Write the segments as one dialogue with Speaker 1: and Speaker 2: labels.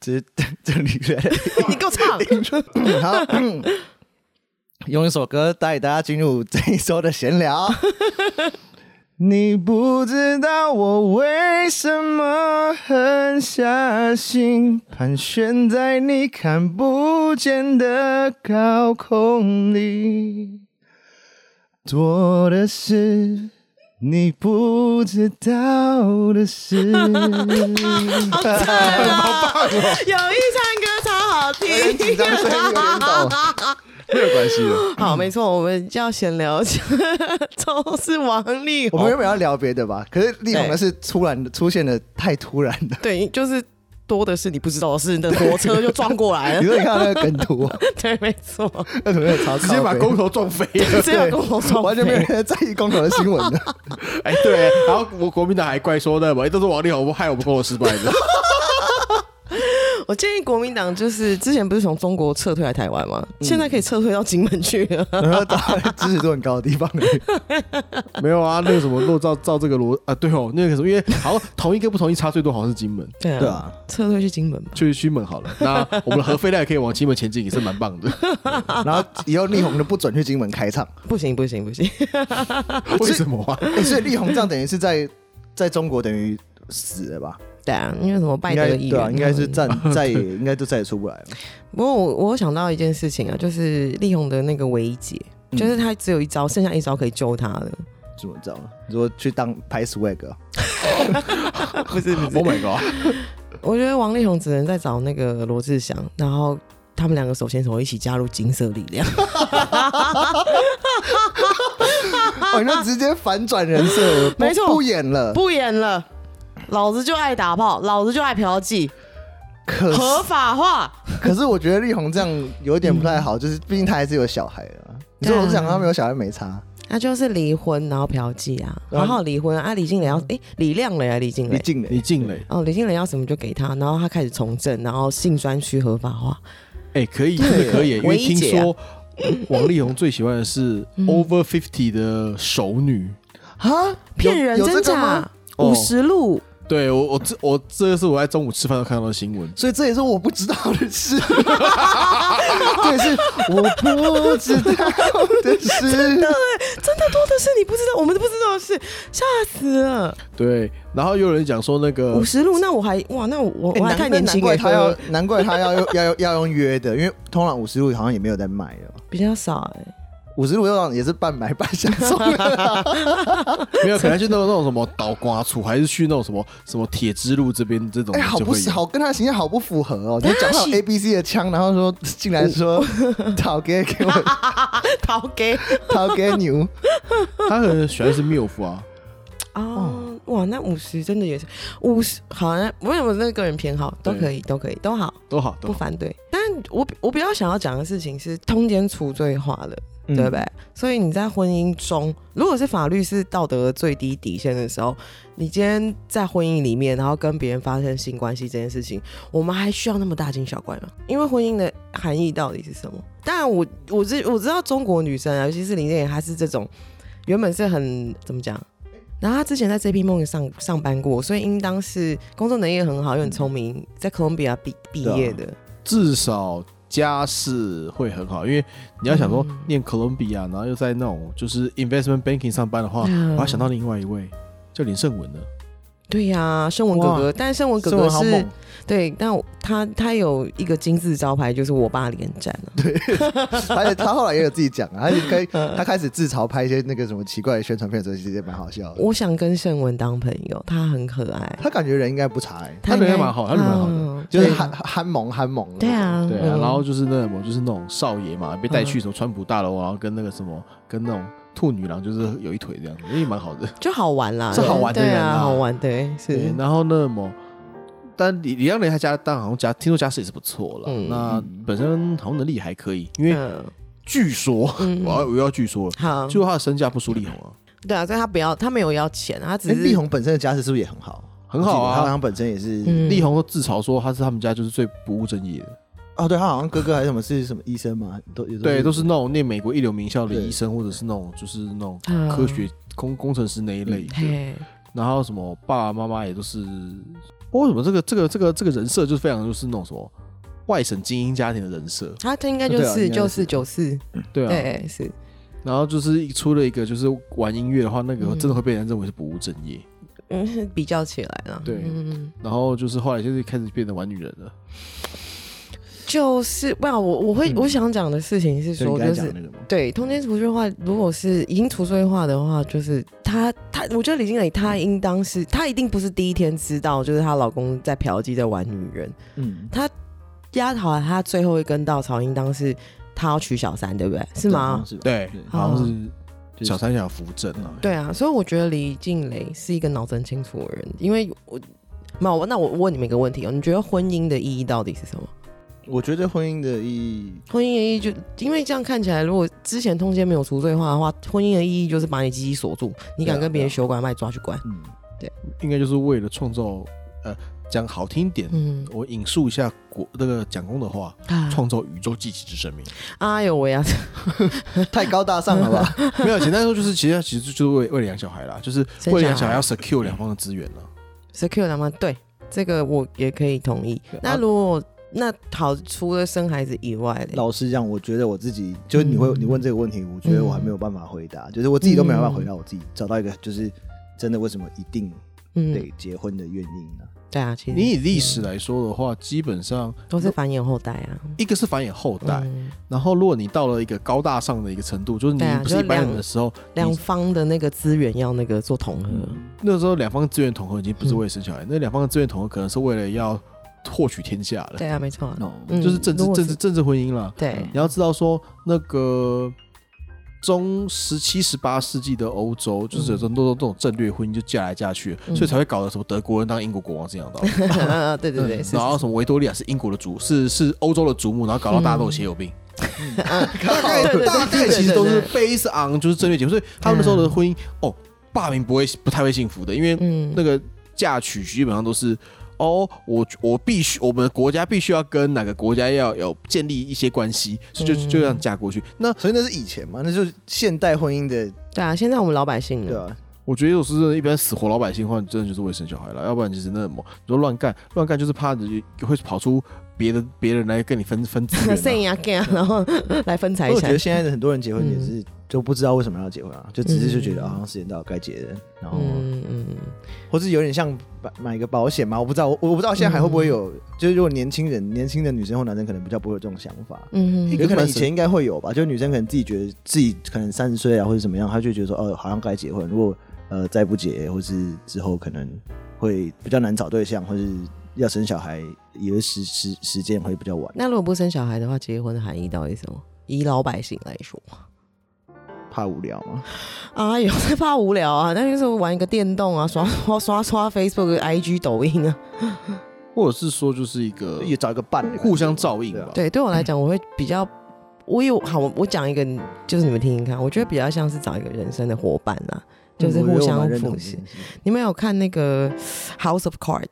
Speaker 1: 这这里来
Speaker 2: 你给 我唱，
Speaker 1: 迎春，好，嗯用一首歌带大家进入这一周的闲聊。你不知道我为什么狠下心，盘旋在你看不见的高空里，做的是你不知道的事。
Speaker 2: 好赞啊！有意唱歌超好
Speaker 1: 点
Speaker 2: 听，
Speaker 1: 紧 张所以有点抖没有关系的，
Speaker 2: 好，没错，我们要闲聊， 都是王 力
Speaker 1: 我们
Speaker 2: 宏，
Speaker 1: 原本要聊别的吧，可是力宏
Speaker 3: 哎
Speaker 1: 的是突然出现的太突然了。
Speaker 2: 对，就是多的是你不知道的事，你的火车就撞过来
Speaker 1: 你
Speaker 2: 了，
Speaker 1: 说你看到那个梗图，哦
Speaker 2: 对，没错，
Speaker 1: 那图片超
Speaker 3: 直接把
Speaker 1: 公
Speaker 3: 公投 撞飞了。
Speaker 2: 这样跟我说，
Speaker 1: 完全没有人在意公投的新 闻的，
Speaker 3: 哎，对，然后我国民党还怪说那么，哎都是王力宏害我们公投失败的。
Speaker 2: 我建议国民党就是之前不是从中国撤退来台湾吗？现在可以撤退到金门去了。
Speaker 1: 然后到支持度很高的地方而已。
Speaker 3: 没有啊，那个什么若照照这个逻啊，对哦，那个什么，因为好像同一个不同意差最多好像是金门，
Speaker 2: 对
Speaker 1: 对，啊，
Speaker 2: 撤退去金门吧。
Speaker 3: 就是金门好了。那我们的核废料也可以往金门前进，也是蛮棒的。
Speaker 1: 然后以后力宏的不准去金门开唱，
Speaker 2: 不行不行不行，
Speaker 3: 为什么 啊？
Speaker 1: 诶所以力宏这样等于是在在中国等于死了吧？
Speaker 2: 对啊，因为什么拜
Speaker 1: 应
Speaker 2: 登
Speaker 1: 该
Speaker 2: 议
Speaker 1: 对啊，
Speaker 2: 员，
Speaker 1: 应该是再再也应该就再也出不来了。
Speaker 2: 不过我我想到一件事情啊，就是力宏的那个维姐，
Speaker 1: 嗯
Speaker 2: 就是他只有一招，剩下一招可以救他的。
Speaker 1: 怎么知道呢？你说去当拍 swag，啊
Speaker 2: 不是不
Speaker 3: Oh
Speaker 2: 是，
Speaker 3: my god！
Speaker 2: 我觉得王力宏只能再找那个罗志祥，然后。他们两个手牵手一起加入金色力 量，
Speaker 1: 哦，你就直接反转人设， 不
Speaker 2: 没错
Speaker 1: 不演了。
Speaker 2: 不演了，老子就爱打炮，老子就爱 嫖妓，
Speaker 1: 可是
Speaker 2: 合法化。
Speaker 1: 可是我觉得力宏这样有点不太好，就是毕竟他还是有小孩啊。你说我是想他没有小孩没差，
Speaker 2: 那就是离婚，然后嫖妓啊，
Speaker 1: 然后
Speaker 2: 然后离婚啊，李静蕾
Speaker 1: 嗯
Speaker 2: 要哎、李亮蕾啊，李静
Speaker 1: 你
Speaker 2: 蕾，
Speaker 1: 进了，
Speaker 3: 你进嘞，
Speaker 2: 哦，李静蕾要什么就给他，然后他开始从政，然后性专区合法化，
Speaker 3: 哎，可以，真的可以，因
Speaker 2: 唯
Speaker 3: 为
Speaker 2: 一
Speaker 3: 听
Speaker 2: 姐啊
Speaker 3: 说嗯王力宏最喜欢的是 over fifty 的熟女。
Speaker 1: 啊，
Speaker 2: 骗人
Speaker 1: 有有
Speaker 2: 真
Speaker 1: 这个
Speaker 2: 假
Speaker 1: 吗？，
Speaker 3: 哦
Speaker 2: 五十路，
Speaker 3: 对我，我这我这个是我在中午吃饭时候看到的新闻。
Speaker 1: 所以这也是我不知道的 事，这也是我不知道的 事。
Speaker 2: 真的多的是你不知道，我们都不知道的事，吓死了。
Speaker 3: 对，然后又有人讲说那个
Speaker 2: 五十路，那我还哇，那我
Speaker 1: 欸
Speaker 2: 我还
Speaker 1: 难
Speaker 2: 太年
Speaker 1: 难
Speaker 2: 轻
Speaker 1: 怪
Speaker 2: 哎，
Speaker 1: 他要
Speaker 2: 哥，
Speaker 1: 难怪他要要要要用约的，因为通常五十路好像也没有在卖的，
Speaker 2: 比较少哎、
Speaker 1: 五十路通常也是半买半 相送的。
Speaker 3: 没有，可能去那种那种什么倒瓜处，还是去那种什么什么铁之路这边这种
Speaker 1: 哎，好
Speaker 3: 就
Speaker 1: 不
Speaker 3: 会
Speaker 1: 是
Speaker 3: 有。
Speaker 1: 好，跟他的形象好不符合哦。你讲到 A B C 的腔，然后说进来说讨给给我
Speaker 2: 逃给
Speaker 1: 讨给 牛，
Speaker 3: 他可能喜欢是缪夫啊，
Speaker 2: 哦，哇，那五十真的也是五十，好像为什么那个人偏好都
Speaker 3: 对
Speaker 2: 可以，都可以，都好。
Speaker 3: 都好，都
Speaker 2: 不
Speaker 3: 好。
Speaker 2: 反对。但我比我比较想要讲的事情是通奸除罪化的，
Speaker 1: 嗯
Speaker 2: 对不对？所以你在婚姻中，如果是法律是道德的最低底线的时候，你今天在婚姻里面，然后跟别人发生性关系这件事情，我们还需要那么大惊小怪吗？因为婚姻的含义到底是什么？当然我，我知我知道中国女生啊，尤其是林志颖，她是这种原本是很怎么讲？然后她之前在 JP 梦上上班过，所以应当是工作能力也很好，又很聪明，在哥伦比亚毕毕
Speaker 1: 对啊
Speaker 2: 业的。
Speaker 3: 至少家世会很好，因为你要想说
Speaker 1: 嗯
Speaker 3: 念哥伦比亚，然后又在那种就是 investment banking 上班的话，
Speaker 2: 嗯
Speaker 3: 哦我还想到另外一位叫林胜文呢。
Speaker 2: 对呀、盛文哥哥，
Speaker 1: 哇
Speaker 2: 但盛文哥
Speaker 1: 中
Speaker 2: 哥
Speaker 1: 文好
Speaker 2: 是
Speaker 1: 猛，
Speaker 2: 对，但我他他有一个金字招牌，就是我爸连战啊，
Speaker 1: 而且他后来也有自己讲啊，他就开
Speaker 2: 嗯
Speaker 1: 他开始自嘲拍一些那个什么奇怪的宣传片的时候，其实也蛮好笑的。
Speaker 2: 我想跟盛文当朋友，他很可爱，
Speaker 1: 他感觉人应该不差哎，
Speaker 3: 他人也蛮好他人蛮好的
Speaker 2: 的
Speaker 1: 就是
Speaker 2: 嗯对啊
Speaker 1: 憨憨萌憨萌的。哎
Speaker 2: 对，啊，
Speaker 3: 对啊，
Speaker 2: 嗯
Speaker 3: 然后就是那种就是那种少爷嘛，被带去什么川普大楼，然后跟那个什么跟那种兔女郎就是有一腿这样子，也蛮好的。
Speaker 2: 就好玩啦，
Speaker 3: 是好玩的
Speaker 2: 对
Speaker 3: 人
Speaker 2: 啊，
Speaker 3: 啊
Speaker 2: 好玩对
Speaker 3: 对
Speaker 2: 是，，
Speaker 3: 然后那么，但李李亮雷他家，但好像家听说家世也是不错了，
Speaker 2: 嗯
Speaker 3: 那本身好像能力还可以，因为
Speaker 2: 嗯
Speaker 3: 据说、
Speaker 2: 嗯
Speaker 3: 我要我要据说了，
Speaker 2: 好，
Speaker 3: 据说他的身价不输力宏啊，
Speaker 2: 对啊，所以他不要他没有要钱，啊他只
Speaker 1: 哎，力
Speaker 2: 是
Speaker 1: 宏本身的家世是不是也很好？
Speaker 3: 很好
Speaker 1: 我记得他好
Speaker 3: 啊。
Speaker 1: 像本身也是
Speaker 2: 嗯
Speaker 3: 力宏都自嘲说他是他们家就是最不务正业的，
Speaker 1: 哦，对他好像哥哥还是什么是什么医生嘛，都也
Speaker 3: 对，都是那种念美国一流名校的
Speaker 1: 对
Speaker 3: 医生，或者是那种就是那种
Speaker 2: 嗯
Speaker 3: 嗯科学工工程师那一类的。
Speaker 2: 嘿
Speaker 3: 然后什么爸爸妈妈也都是为什么这个这个这个这个人设就是非常就是那种什么外省精英家庭的人设，
Speaker 2: 他他应该就
Speaker 1: 对啊
Speaker 2: 是
Speaker 1: 应该
Speaker 2: 就是是九四，
Speaker 3: 对啊。
Speaker 2: 对是，
Speaker 3: 然后就是一出了一个就是玩音乐的话，那个
Speaker 2: 嗯
Speaker 3: 真的会被人认为是不务正业。
Speaker 2: 嗯，比较起来了，
Speaker 3: 对
Speaker 2: 嗯，
Speaker 3: 然后就是后来就是开始变得玩女人了，
Speaker 2: 就是不然我我会、我想讲的事情是
Speaker 1: 嗯就你
Speaker 2: 说，
Speaker 1: 刚才
Speaker 2: 就
Speaker 1: 讲的
Speaker 2: 是
Speaker 1: 那个嘛，
Speaker 2: 对通奸除罪化，如果是已经除罪化的话，就是她她，我觉得李经理她应当是她一定不是第一天知道，就是她老公在嫖妓在玩女人，
Speaker 1: 嗯，
Speaker 2: 压倒她最后一根稻草，应当是她要娶小三，对不对？是吗？
Speaker 1: 是吧？
Speaker 3: 对
Speaker 1: 对，啊
Speaker 3: 好
Speaker 2: 哦
Speaker 3: 像是
Speaker 1: 就是
Speaker 3: 小三小扶正啊，
Speaker 2: 对啊，所以我觉得李静蕾是一个脑子很清楚的人，因为我。那我那我问你们一个问题哦，你觉得婚姻的意义到底是什么？
Speaker 1: 我觉得婚姻的意义，
Speaker 2: 婚姻的意义就因为这样看起来，如果之前通奸没有除罪化的话，婚姻的意义就是把你鸡鸡锁住，你敢
Speaker 1: 对啊
Speaker 2: 跟别人修改，把你抓去关。
Speaker 1: 嗯，
Speaker 3: 应该就是为了创造呃讲好听点，
Speaker 2: 嗯，
Speaker 3: 我引述一下国那个蒋公的话，
Speaker 2: 啊
Speaker 3: 创造宇宙记起之生命。
Speaker 2: 哎呦喂啊！
Speaker 1: 太高大上了 吧？
Speaker 3: 没有，简单说就是，其实其实就是为为了养小孩啦，就是
Speaker 2: 生
Speaker 3: 为了养
Speaker 2: 小
Speaker 3: 小孩
Speaker 2: 孩
Speaker 3: 要 secure 两方的资源啊呢。
Speaker 2: secure 他吗？对，这个我也可以同意
Speaker 3: 对。啊
Speaker 2: 那如果那好，除了生孩子以外嘞，
Speaker 1: 老实讲，我觉得我自己，就是你会、
Speaker 2: 嗯
Speaker 1: 你问这个问题，我觉得我还没有办法回答，就是我自己都没有办法回答我自己，找到一个就是真的为什么一定
Speaker 2: 嗯，
Speaker 1: 得结婚的原因呢、
Speaker 2: 对啊，其
Speaker 3: 你
Speaker 2: 实嗯
Speaker 3: 以历史来说的话，基本上
Speaker 2: 都是繁衍后代啊。
Speaker 3: 一个是繁衍后代，
Speaker 2: 嗯
Speaker 3: 然后如果你到了一个高大上的一个程度，就是你
Speaker 2: 对啊
Speaker 3: 不是一般
Speaker 2: 就
Speaker 3: 人的时候，
Speaker 2: 两
Speaker 3: 你
Speaker 2: 方的那个资源要那个做统合，
Speaker 3: 那时候两方资源统合已经不是为了生小
Speaker 2: 嗯
Speaker 3: 孩，那两方的资源统合可能是为了要获取天下了，
Speaker 2: 对啊，没错啊，
Speaker 1: 哦，
Speaker 2: 嗯
Speaker 3: 就是政治
Speaker 2: 如果是
Speaker 3: 政治政治婚姻了。
Speaker 2: 对，
Speaker 3: 你要知道说那个。中十七、十八世纪的欧洲，就是有很多这种战略婚姻，就嫁来嫁去，
Speaker 2: 嗯
Speaker 3: 所以才会搞得什么德国人当英国国王这样的道理。
Speaker 2: 对 对对，是
Speaker 3: 嗯然后什么维多利亚是英国的祖，是是欧洲的祖母，然后搞到大家都有血友病。大概
Speaker 2: 嗯 对对对
Speaker 3: 大概
Speaker 2: 对对
Speaker 3: 其实都是
Speaker 2: 对
Speaker 3: based on 就是正确结婚，所以他们那时候的婚姻哦，霸凌不会不太会幸福的，因为
Speaker 2: 嗯
Speaker 3: 那个嫁娶基本上都是。哦，我我必须，我们国家必须要跟哪个国家要有建立一些关系，所以就就这样嫁过去。那
Speaker 1: 所以那是以前嘛，那就是现代婚姻的，
Speaker 2: 对啊，现在我们老百姓
Speaker 1: 对
Speaker 2: 呢，
Speaker 1: 吧、
Speaker 3: 我觉得有时真的，一般死活老百姓的话，你真的就是为生小孩了，要不然其实那什么，你说乱干乱干，就是怕你会跑出别的别人来跟你分分资 源、啊。
Speaker 2: 剩牙干，然后来分财
Speaker 1: 我觉
Speaker 2: 产
Speaker 1: 得，现在的很多人结婚
Speaker 2: 嗯
Speaker 1: 也是就不知道为什么要结婚啊，就只是就觉得
Speaker 2: 嗯
Speaker 1: 啊好像时间到了该结了，然后
Speaker 2: 嗯嗯，
Speaker 1: 或是有点像买买个保险嘛，我不知道我我不知道现在还会不会
Speaker 2: 嗯
Speaker 1: 有，就是如果年轻人年轻的女生或男生可能比较不会有这种想法。
Speaker 2: 嗯
Speaker 1: 有
Speaker 2: 嗯，
Speaker 1: 可能以前应该会有吧，就女生可能自己觉得自己可能三十岁啊，或者怎么样，她就觉得说，哦，好像该结婚。如果呃再不结，或是之后可能会比较难找对象，或是要生小孩，也是时时时间会比较晚。
Speaker 2: 那如果不生小孩的话，结婚的含义到底是什么？以老百姓来说，
Speaker 1: 怕无聊吗？
Speaker 2: 啊，有是怕无聊啊，那就是玩一个电动啊，刷刷刷刷 Facebook、IG、抖音啊。
Speaker 3: 或者是说就是一个
Speaker 1: 也找一个伴的感觉，
Speaker 3: 啊互相照应
Speaker 1: 对啊
Speaker 3: 吧。
Speaker 2: 对，对我来讲，我会比较，我有好，我我讲一个，就是你们听听看，我觉得比较像是找一个人生的伙伴啦，就是
Speaker 1: 嗯我觉
Speaker 2: 互
Speaker 1: 得我
Speaker 2: 相
Speaker 1: 蛮认同
Speaker 2: 扶
Speaker 1: 这
Speaker 2: 持
Speaker 1: 件。事情
Speaker 2: 你们有看那个 House of Card？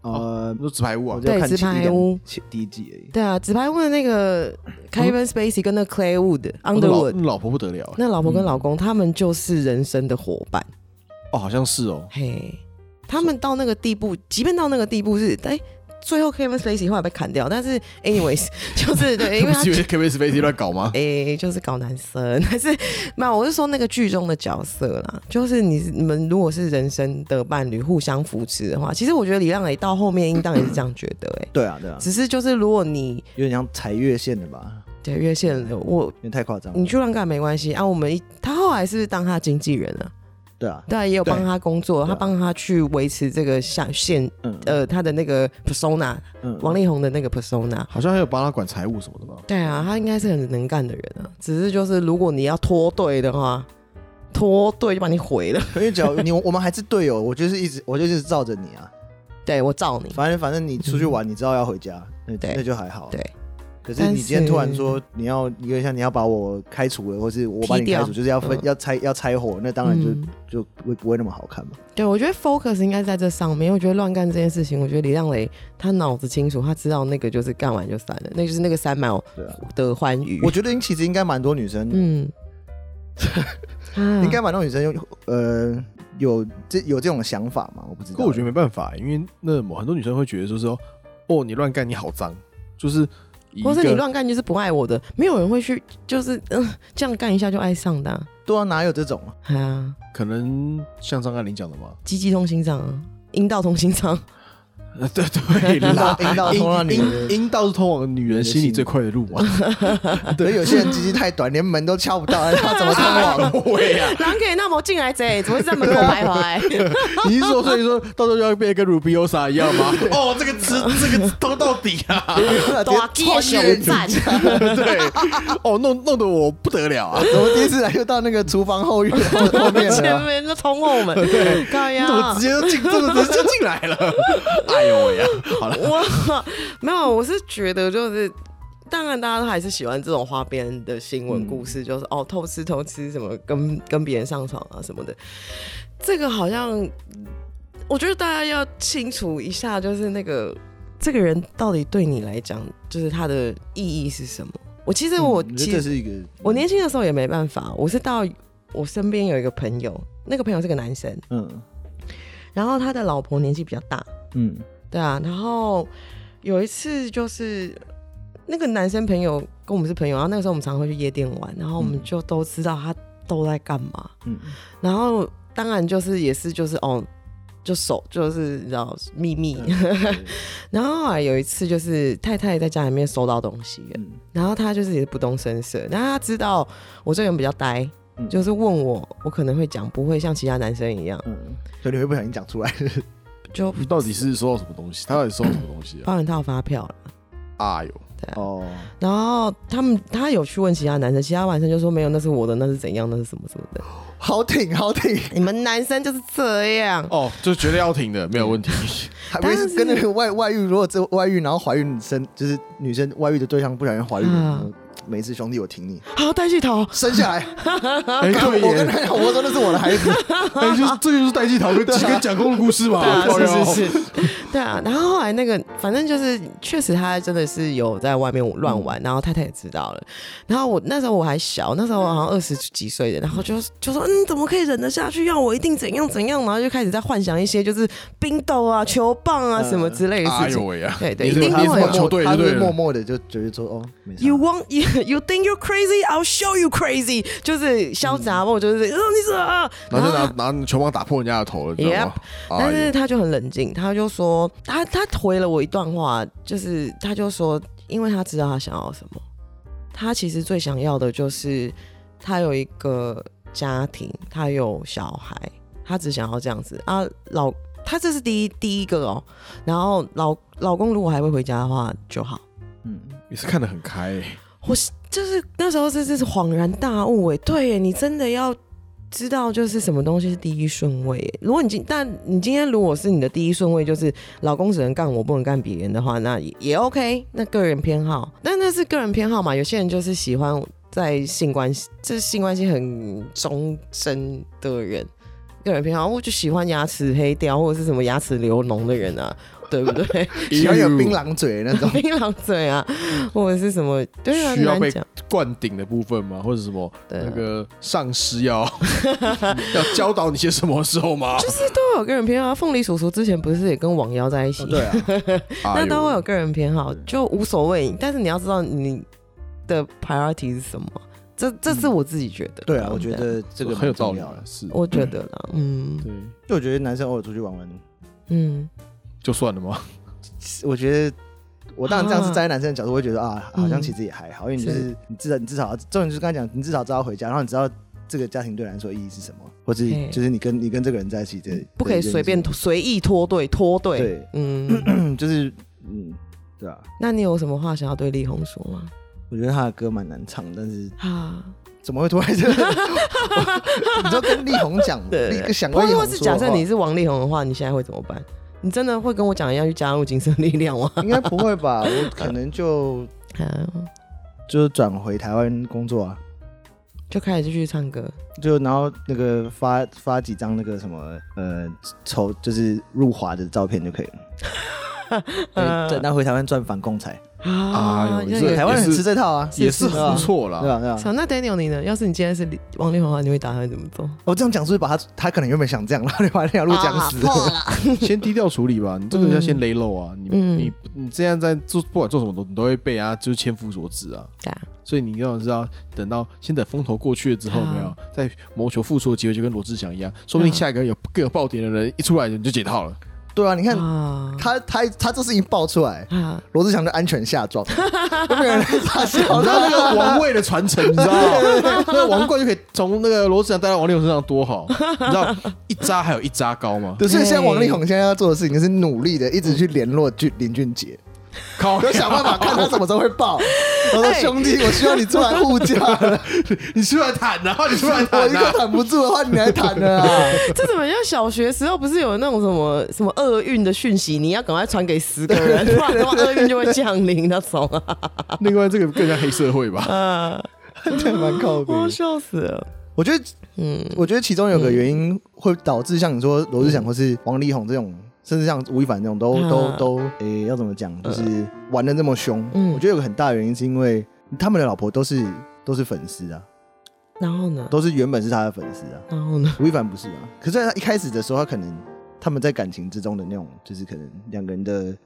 Speaker 1: 呃，
Speaker 3: 说纸牌屋
Speaker 1: 我
Speaker 3: 啊，
Speaker 1: 就
Speaker 2: 对
Speaker 1: 看
Speaker 2: 纸
Speaker 1: 前一
Speaker 2: 牌
Speaker 1: 两
Speaker 2: 屋
Speaker 1: 前第一季而已。
Speaker 2: 对啊，纸牌屋的那个 Kevin Spacey 跟那个 Clay Wood
Speaker 3: 我的老
Speaker 2: Underwood，
Speaker 3: 老婆不得了欸
Speaker 2: 那老婆跟老公，他们就是人生的伙伴。
Speaker 3: 哦，好像是哦，
Speaker 2: 嘿，他们到那个地步，即便到那个地步是，哎、最后 Kevin Spacey 后来被砍掉，但是 anyways，就是对，因为
Speaker 3: 不
Speaker 2: 他
Speaker 3: 是因为 Kevin Spacey 乱搞吗？
Speaker 2: 诶、就是搞男生，但是没有，我是说那个剧中的角色啦，就是你你们如果是人生的伴侣互相扶持的话，其实我觉得李亮磊到后面应当也是这样觉得、诶，
Speaker 1: 对啊，对啊，
Speaker 2: 只是就是如果你
Speaker 1: 有点像踩越线的吧，
Speaker 2: 对越线了，我
Speaker 1: 有点太夸张了。
Speaker 2: 你去乱干没关系啊，我们一他后来是不是当他经纪人啊？
Speaker 1: 对啊，
Speaker 2: 对啊，也有
Speaker 3: 对
Speaker 2: 帮他工作，
Speaker 1: 对
Speaker 2: 他
Speaker 1: 啊
Speaker 2: 帮他去维持这个下线，
Speaker 1: 嗯
Speaker 2: 呃，他的那个 persona，
Speaker 1: 嗯
Speaker 2: 王力宏的那个 persona。
Speaker 3: 好像还有帮他管财务什么的吧？
Speaker 2: 对啊，他应该是很能干的人啊，只是就是如果你要脱队的话，脱队就把你毁了。
Speaker 1: 因为只要你我们还是队友，我就是一直我就是照着你啊。
Speaker 2: 对我罩你，
Speaker 1: 反正反正你出去玩，你知道要回家，那
Speaker 2: 嗯对
Speaker 1: 那就还好。
Speaker 2: 对，
Speaker 1: 可是你今天
Speaker 2: 但是
Speaker 1: 突然说你要一个像你要把我开除了，或是我把你
Speaker 2: 踢掉
Speaker 1: 开除，就是要分
Speaker 2: 嗯
Speaker 1: 要拆要拆伙，那当然
Speaker 2: 嗯
Speaker 1: 就就不会不会那么好看嘛。
Speaker 2: 对我觉得 focus 应该在这上面。因为我觉得乱干这件事情，我觉得李亮雷他脑子清楚，他知道那个就是干完就散了，那就是那个三秒
Speaker 1: 对啊，
Speaker 2: 的欢愉。
Speaker 1: 我觉得其实应该蛮多女生
Speaker 2: 嗯，啊
Speaker 1: 应该蛮多女生有呃有这有这种想法吗？我不知道。
Speaker 3: 可我觉得没办法，因为那某很多女生会觉得说是哦，哦你乱干你好脏，就是以一
Speaker 2: 或
Speaker 3: 个
Speaker 2: 是你乱干就是不爱我的，没有人会去，就是嗯、这样干一下就爱上的啊、
Speaker 1: 对啊，哪有这种啊？
Speaker 2: 哎呀，
Speaker 3: 可能像张爱玲讲的 嘛，
Speaker 2: 鸡鸡通心脏啊，阴道通心 脏，
Speaker 3: 呃对对啦，
Speaker 1: 阴道通到女
Speaker 3: 阴
Speaker 1: 人
Speaker 3: 阴道是通往女人心里最快的路嘛，啊
Speaker 1: 对，有些人鸡鸡太短，连门都敲不到， 他怎么通往？
Speaker 3: 对啊呀，
Speaker 2: 狼给那么进来贼，怎么会在门口徘 徊？
Speaker 3: 你是说所以说到时候就要变得跟 Rubiosa 一样吗？ 哦，这个词这个通到底 啊，
Speaker 2: 大鸡的熊赞，
Speaker 3: 对，哦弄弄得我不得了啊，
Speaker 1: 我第一次来就到那个厨房后 院后面
Speaker 2: 前
Speaker 1: 了，啊
Speaker 2: 面都通后门，对
Speaker 3: 你怎么
Speaker 2: 呀
Speaker 3: 直。接就进，这么直接就进来了？ 哎呦喂呀，好 了，
Speaker 2: 我没有，我是觉得就是，当然大家都还是喜欢这种花边的新闻故事，就是哦偷吃偷吃什么跟跟别人上床啊什么的，这个好像我觉得大家要清楚一下，就是那个这个人到底对你来讲，就是他的意义是什么？我其实我
Speaker 1: 嗯觉
Speaker 2: 其
Speaker 1: 得
Speaker 2: 实、
Speaker 1: 这是一个
Speaker 2: 我年轻的时候也没办法，我是到我身边有一个朋友，那个朋友是个男生，
Speaker 1: 嗯
Speaker 2: 然后他的老婆年纪比较大，
Speaker 1: 嗯
Speaker 2: 对啊，然后有一次就是那个男生朋友跟我们是朋友，然后那个时候我们常常会去夜店玩，然后我们就都知道他都在干嘛，
Speaker 1: 嗯
Speaker 2: 然后当然就是也是就是哦，就手就是你知道秘密， 然后后来有一次就是太太在家里面收到东西了，
Speaker 1: 嗯
Speaker 2: 然后他就是也不动声色，然后他知道我这个人比较呆
Speaker 1: 嗯。
Speaker 2: 就是问我，我可能会讲，不会像其他男生一样，
Speaker 1: 嗯，所以你会不小心讲出来，
Speaker 2: 就
Speaker 3: 你到底是收到什么东西？他到底收到什么东西啊？
Speaker 2: 包一套发票了。
Speaker 3: 哎呦，
Speaker 1: 哦，
Speaker 2: 然后他们他有去问其他男生，其他男生就说没有，那是我的，那是怎样，那是什么什么的。
Speaker 1: 好挺好挺，
Speaker 2: 你们男生就是这样，
Speaker 3: 哦，就绝对要停的，没有问 题。
Speaker 1: 还不是跟那个外外遇，如果这外遇然后怀孕生，就是女生外遇的对象不小心怀孕
Speaker 2: 啊，
Speaker 1: 每一次兄弟我挺你
Speaker 2: 好啊戴系头，
Speaker 1: 生下来，
Speaker 2: 啊
Speaker 3: 哎，
Speaker 1: 我
Speaker 3: 对
Speaker 1: 我跟
Speaker 3: 耶，
Speaker 1: 他讲，我说那是我的孩子，
Speaker 3: 哎，就是这个就是戴季陶跟跟蒋公的故事嘛哦
Speaker 2: 对啊，，
Speaker 3: 靠腰
Speaker 2: 是是是，对啊。然后后来那个，反正就是确实他真的是有在外面乱玩，然后太太也知道了。然后我那时候我还小，那时候我好像二十几岁的，然后就就说嗯，怎么可以忍得下去？要我一定怎样怎样，然后就开始在幻想一些就是冰斗啊、球棒啊什么之类的
Speaker 3: 哎
Speaker 2: 事情
Speaker 3: 呦。喂呀，
Speaker 2: 对对，
Speaker 3: 你
Speaker 2: 一
Speaker 3: 是
Speaker 2: 定
Speaker 3: 他
Speaker 2: 会
Speaker 3: 是
Speaker 2: 有
Speaker 3: 棒球队
Speaker 1: 他
Speaker 3: 就对
Speaker 1: 是
Speaker 3: 了
Speaker 1: 默默的就觉得说哦，没事
Speaker 2: You。want you you think you're crazy? I'll show you crazy，就是潇洒我就是哦你怎么？
Speaker 3: 嗯然后就
Speaker 2: 他
Speaker 3: 拿拿球棒打破人家的头了，你知道吗？
Speaker 2: 啊但
Speaker 3: 哎
Speaker 2: 是
Speaker 3: 呦，
Speaker 2: 他就很冷静，他就说他他回了我一段话，就是他就说，因为他知道他想要什么，他其实最想要的就是他有一个家庭，他有小孩，他只想要这样子啊老。他这是第一第一个哦，然后老老公如果还会回家的话就好。
Speaker 1: 嗯，
Speaker 3: 你是看得很开耶，
Speaker 2: 我是就是那时候是是恍然大悟哎，对耶，你真的要知道就是什么东西是第一顺位耶。如果你今但你今天如果是你的第一顺位就是老公只能干我不能干别人的话，那也也 OK，那个人偏好，但那是个人偏好嘛。有些人就是喜欢在性关系，这性关系很忠贞的人。个人偏好，我就喜欢牙齿黑掉或者是什么牙齿流脓的人啊，对不对？，
Speaker 1: 喜欢有槟榔嘴那种
Speaker 2: 槟榔嘴啊，或者是什么？对啊，
Speaker 3: 需要
Speaker 2: 很
Speaker 3: 被
Speaker 2: 难讲。
Speaker 3: 灌顶的部分吗？或者什么
Speaker 2: 对啊
Speaker 3: 那个上师要 要教导你些什么时候吗？
Speaker 2: 就是都有个人偏好。凤梨叔叔之前不是也跟网妖在一起，
Speaker 1: 对啊，
Speaker 2: 那
Speaker 3: 哎呦
Speaker 2: 都会有个人偏好，就无所谓。但是你要知道你的 priority 是什么，这这是我自己觉得。
Speaker 1: 嗯对啊，我觉，得这个
Speaker 3: 很有道理
Speaker 1: 蛮重要
Speaker 3: 啊
Speaker 1: 的，
Speaker 3: 是，
Speaker 2: 我觉得啦，嗯
Speaker 3: 对，
Speaker 1: 就我觉得男生偶尔出去玩玩，
Speaker 2: 嗯，
Speaker 3: 就算了吗？
Speaker 1: 我觉得我当然这样是
Speaker 2: 啊
Speaker 1: 站在男生的角度，我会觉得啊，
Speaker 2: 嗯
Speaker 1: 好像其实也还好，因为你就是你至少你至少重点就是刚才讲，你至少知道回家，然后你知道这个家庭对你来说意义是什么，或者
Speaker 2: 嘿嗯
Speaker 1: 就是你跟你跟这个人在一起的，
Speaker 2: 不可以
Speaker 1: 的原因是
Speaker 2: 随便随意脱队脱队。
Speaker 1: 对，
Speaker 2: 嗯，
Speaker 1: 嗯，就是嗯，对啊，
Speaker 2: 那你有什么话想要对力宏说吗？
Speaker 1: 我觉得他的歌蛮难唱，但是
Speaker 2: 啊，
Speaker 1: 怎么会突然这个？ 你就跟力宏讲，力想
Speaker 2: 或
Speaker 1: 跟力
Speaker 2: 者或
Speaker 1: 宏
Speaker 2: 是
Speaker 1: 说
Speaker 2: 假
Speaker 1: 的
Speaker 2: 设
Speaker 1: 话
Speaker 2: 你是王力宏的话，你现在会怎么办？你真的会跟我讲要去加入精神力 量吗？
Speaker 1: 应该不会吧？我可能就
Speaker 2: 啊，
Speaker 1: 就转回台湾工作啊。
Speaker 2: 就开始继续唱歌。
Speaker 1: 就然后那个发发几张那个什么呃丑就是入华的照片就可以了。对对，那回台湾赚反共财，
Speaker 3: 啊
Speaker 2: 啊
Speaker 3: 有
Speaker 2: 那
Speaker 3: 这
Speaker 2: 也
Speaker 3: 个
Speaker 1: 台湾人吃这套啊，
Speaker 3: 也是啊
Speaker 1: 对吧
Speaker 3: 不错
Speaker 1: 对啊
Speaker 3: 啦。
Speaker 1: 吧？对吧？
Speaker 2: 想那 Daniel 你呢？要是你今天是王力宏的话，你会打算怎么做？
Speaker 3: 啊
Speaker 1: 我哦这样讲是不是把他他可能原本想这样， 然后你把那条路讲死？
Speaker 2: 啊
Speaker 3: 先低调处理吧，你这个要先勒漏啊，你
Speaker 2: 嗯
Speaker 3: 你你这样在做，不管做什么都你都会被啊，就是千夫所指啊。
Speaker 2: 对啊，
Speaker 3: 所以你要知道，等到现在风头过去了之后，
Speaker 2: 啊嗯
Speaker 3: 没有再谋求复出的机会，就跟罗志祥一样，说不定下一个有更有爆点的人一出来，你就 解套了。
Speaker 1: 对啊，你看
Speaker 2: 啊
Speaker 1: 他他他这事情爆出来，
Speaker 2: 啊，
Speaker 1: 罗志祥就安全下装，都没有人傻笑
Speaker 2: 哦
Speaker 3: 你知道那个王位的传承，你知道 吗？那个王冠就可以从那个罗志祥带到王力宏身上，多好！你知道一扎还有一扎高吗？
Speaker 1: 对，所以现在
Speaker 2: 对
Speaker 1: 王力宏现在要做的事情就是努力的一直去联络俊林俊杰，
Speaker 3: 靠
Speaker 1: 要想办法看他什么时候会爆。我说
Speaker 2: 哎
Speaker 1: 兄弟，我需要你出来护驾了，
Speaker 3: 你出来谈然后你出来
Speaker 1: 我
Speaker 3: 谈
Speaker 1: 一 个
Speaker 3: 啊！
Speaker 1: 挡不住的话，你来谈了啊。
Speaker 2: 这怎么像小学时候不是有那种什么什么厄运的讯息，你要赶快传给十个人，不然的话厄运就会降临那种
Speaker 3: 嗯
Speaker 2: 啊。
Speaker 3: 另外这个更像黑社会吧？
Speaker 2: 啊，
Speaker 1: 对， 蛮靠谱。
Speaker 2: 我笑死了。
Speaker 1: 我觉得，
Speaker 2: 嗯，
Speaker 1: 我觉得其中有个原因会导致像你说罗志祥或是王力宏这种，甚至像吴亦凡这种，都都
Speaker 2: 嗯
Speaker 1: 都，诶，要怎么讲，就是玩的这么凶。
Speaker 2: 嗯
Speaker 1: 我觉得有个很大的原因是因为他们的老婆都是都是粉丝啊，
Speaker 2: 然后呢？
Speaker 1: 都是原本是他的粉丝啊。
Speaker 2: 然后呢？
Speaker 1: 吴亦凡不是啊，可是他一开始的时候，他可能他们在感情之中的那种，就是可能两个人的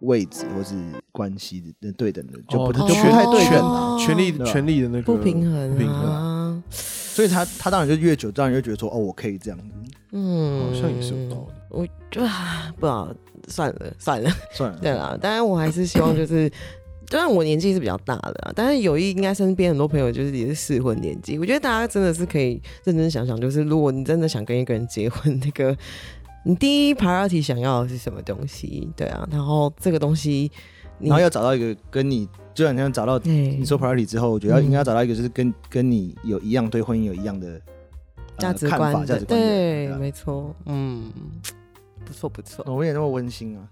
Speaker 1: 位置或是关系的对等的，就不、就
Speaker 3: 哦他
Speaker 1: 不
Speaker 3: 权
Speaker 1: 太对等了、
Speaker 2: 哦
Speaker 3: 权力
Speaker 1: 对吧
Speaker 3: 权力的那个
Speaker 2: 不平
Speaker 3: 不
Speaker 2: 衡
Speaker 3: 平衡啊，
Speaker 2: 啊。
Speaker 1: 所以他他当然就越久，当然越觉得说，哦，我可以这样子，
Speaker 2: 嗯，
Speaker 3: 好像也是有道理。
Speaker 2: 我就啊，不知道，算了算了，
Speaker 1: 算了，
Speaker 2: 对啦。当然，我还是希望就是， 虽然我年纪是比较大的啊，但是有一应该身边很多朋友就是也是适婚年纪。我觉得大家真的是可以认真想想，就是如果你真的想跟一个人结婚，那个你第一 priority 想要的是什么东西？对啊，然后这个东西你，
Speaker 1: 然后要找到一个跟你这两天找到
Speaker 2: 你
Speaker 1: 你说 priority 之后，我觉得要应该要找到一个就是跟跟你有一样对婚姻有一样的呃
Speaker 2: 价值
Speaker 1: 看
Speaker 2: 观
Speaker 1: 法、
Speaker 2: 的
Speaker 1: 价值观的人
Speaker 2: 对，
Speaker 1: 啊哦
Speaker 2: 没错，嗯，不错不错。
Speaker 1: 我们也那么温馨啊，